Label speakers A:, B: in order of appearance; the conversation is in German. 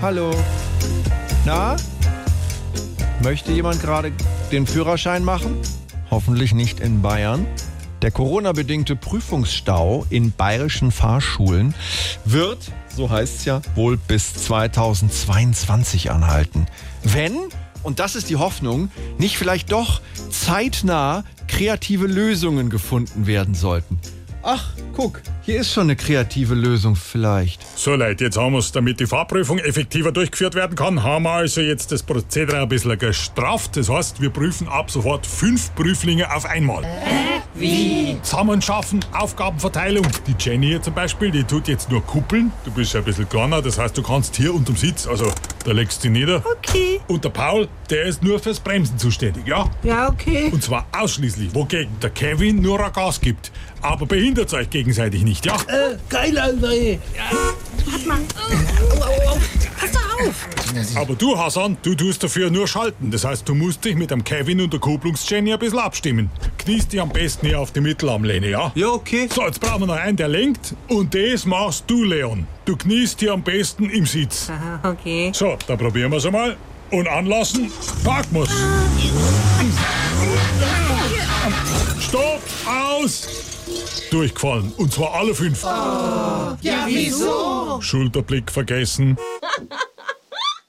A: Hallo. Na? Möchte jemand gerade den Führerschein machen? Hoffentlich nicht in Bayern. Der Corona-bedingte Prüfungsstau in bayerischen Fahrschulen wird, so heißt es ja, wohl bis 2022 anhalten. Wenn, und das ist die Hoffnung, nicht vielleicht doch zeitnah kreative Lösungen gefunden werden sollten. Ach, guck, hier ist schon eine kreative Lösung vielleicht.
B: So Leute, jetzt haben wir es, damit die Fahrprüfung effektiver durchgeführt werden kann, haben wir also jetzt das Prozedere ein bisschen gestrafft. Das heißt, wir prüfen ab sofort fünf Prüflinge auf einmal.
C: Wie?
B: Zusammenschaffen, Aufgabenverteilung. Die Jenny hier zum Beispiel, die tut jetzt nur kuppeln. Du bist ja ein bisschen kleiner, das heißt, du kannst hier unterm Sitz, also da legst du dich nieder.
C: Okay.
B: Und der Paul, der ist nur fürs Bremsen zuständig, ja?
C: Ja, okay.
B: Und zwar ausschließlich, wogegen der Kevin nur ein Gas gibt. Aber behindert euch gegenseitig nicht, ja?
D: Äh, geil, André.
B: Aber du, Hassan, du tust dafür nur schalten. Das heißt, du musst dich mit dem Kevin und der Kupplungs-Jenny ein bisschen abstimmen. Kniest dich am besten hier auf die Mittelarmlehne, ja?
D: Ja, okay.
B: So, jetzt brauchen wir noch einen, der lenkt. Und das machst du, Leon. Du kniest hier am besten im Sitz.
C: Aha, okay.
B: So, da probieren wir's einmal. Und anlassen. Pack muss. Stopp! Aus! Durchgefallen. Und zwar alle fünf.
D: Ja, wieso?
B: Schulterblick vergessen.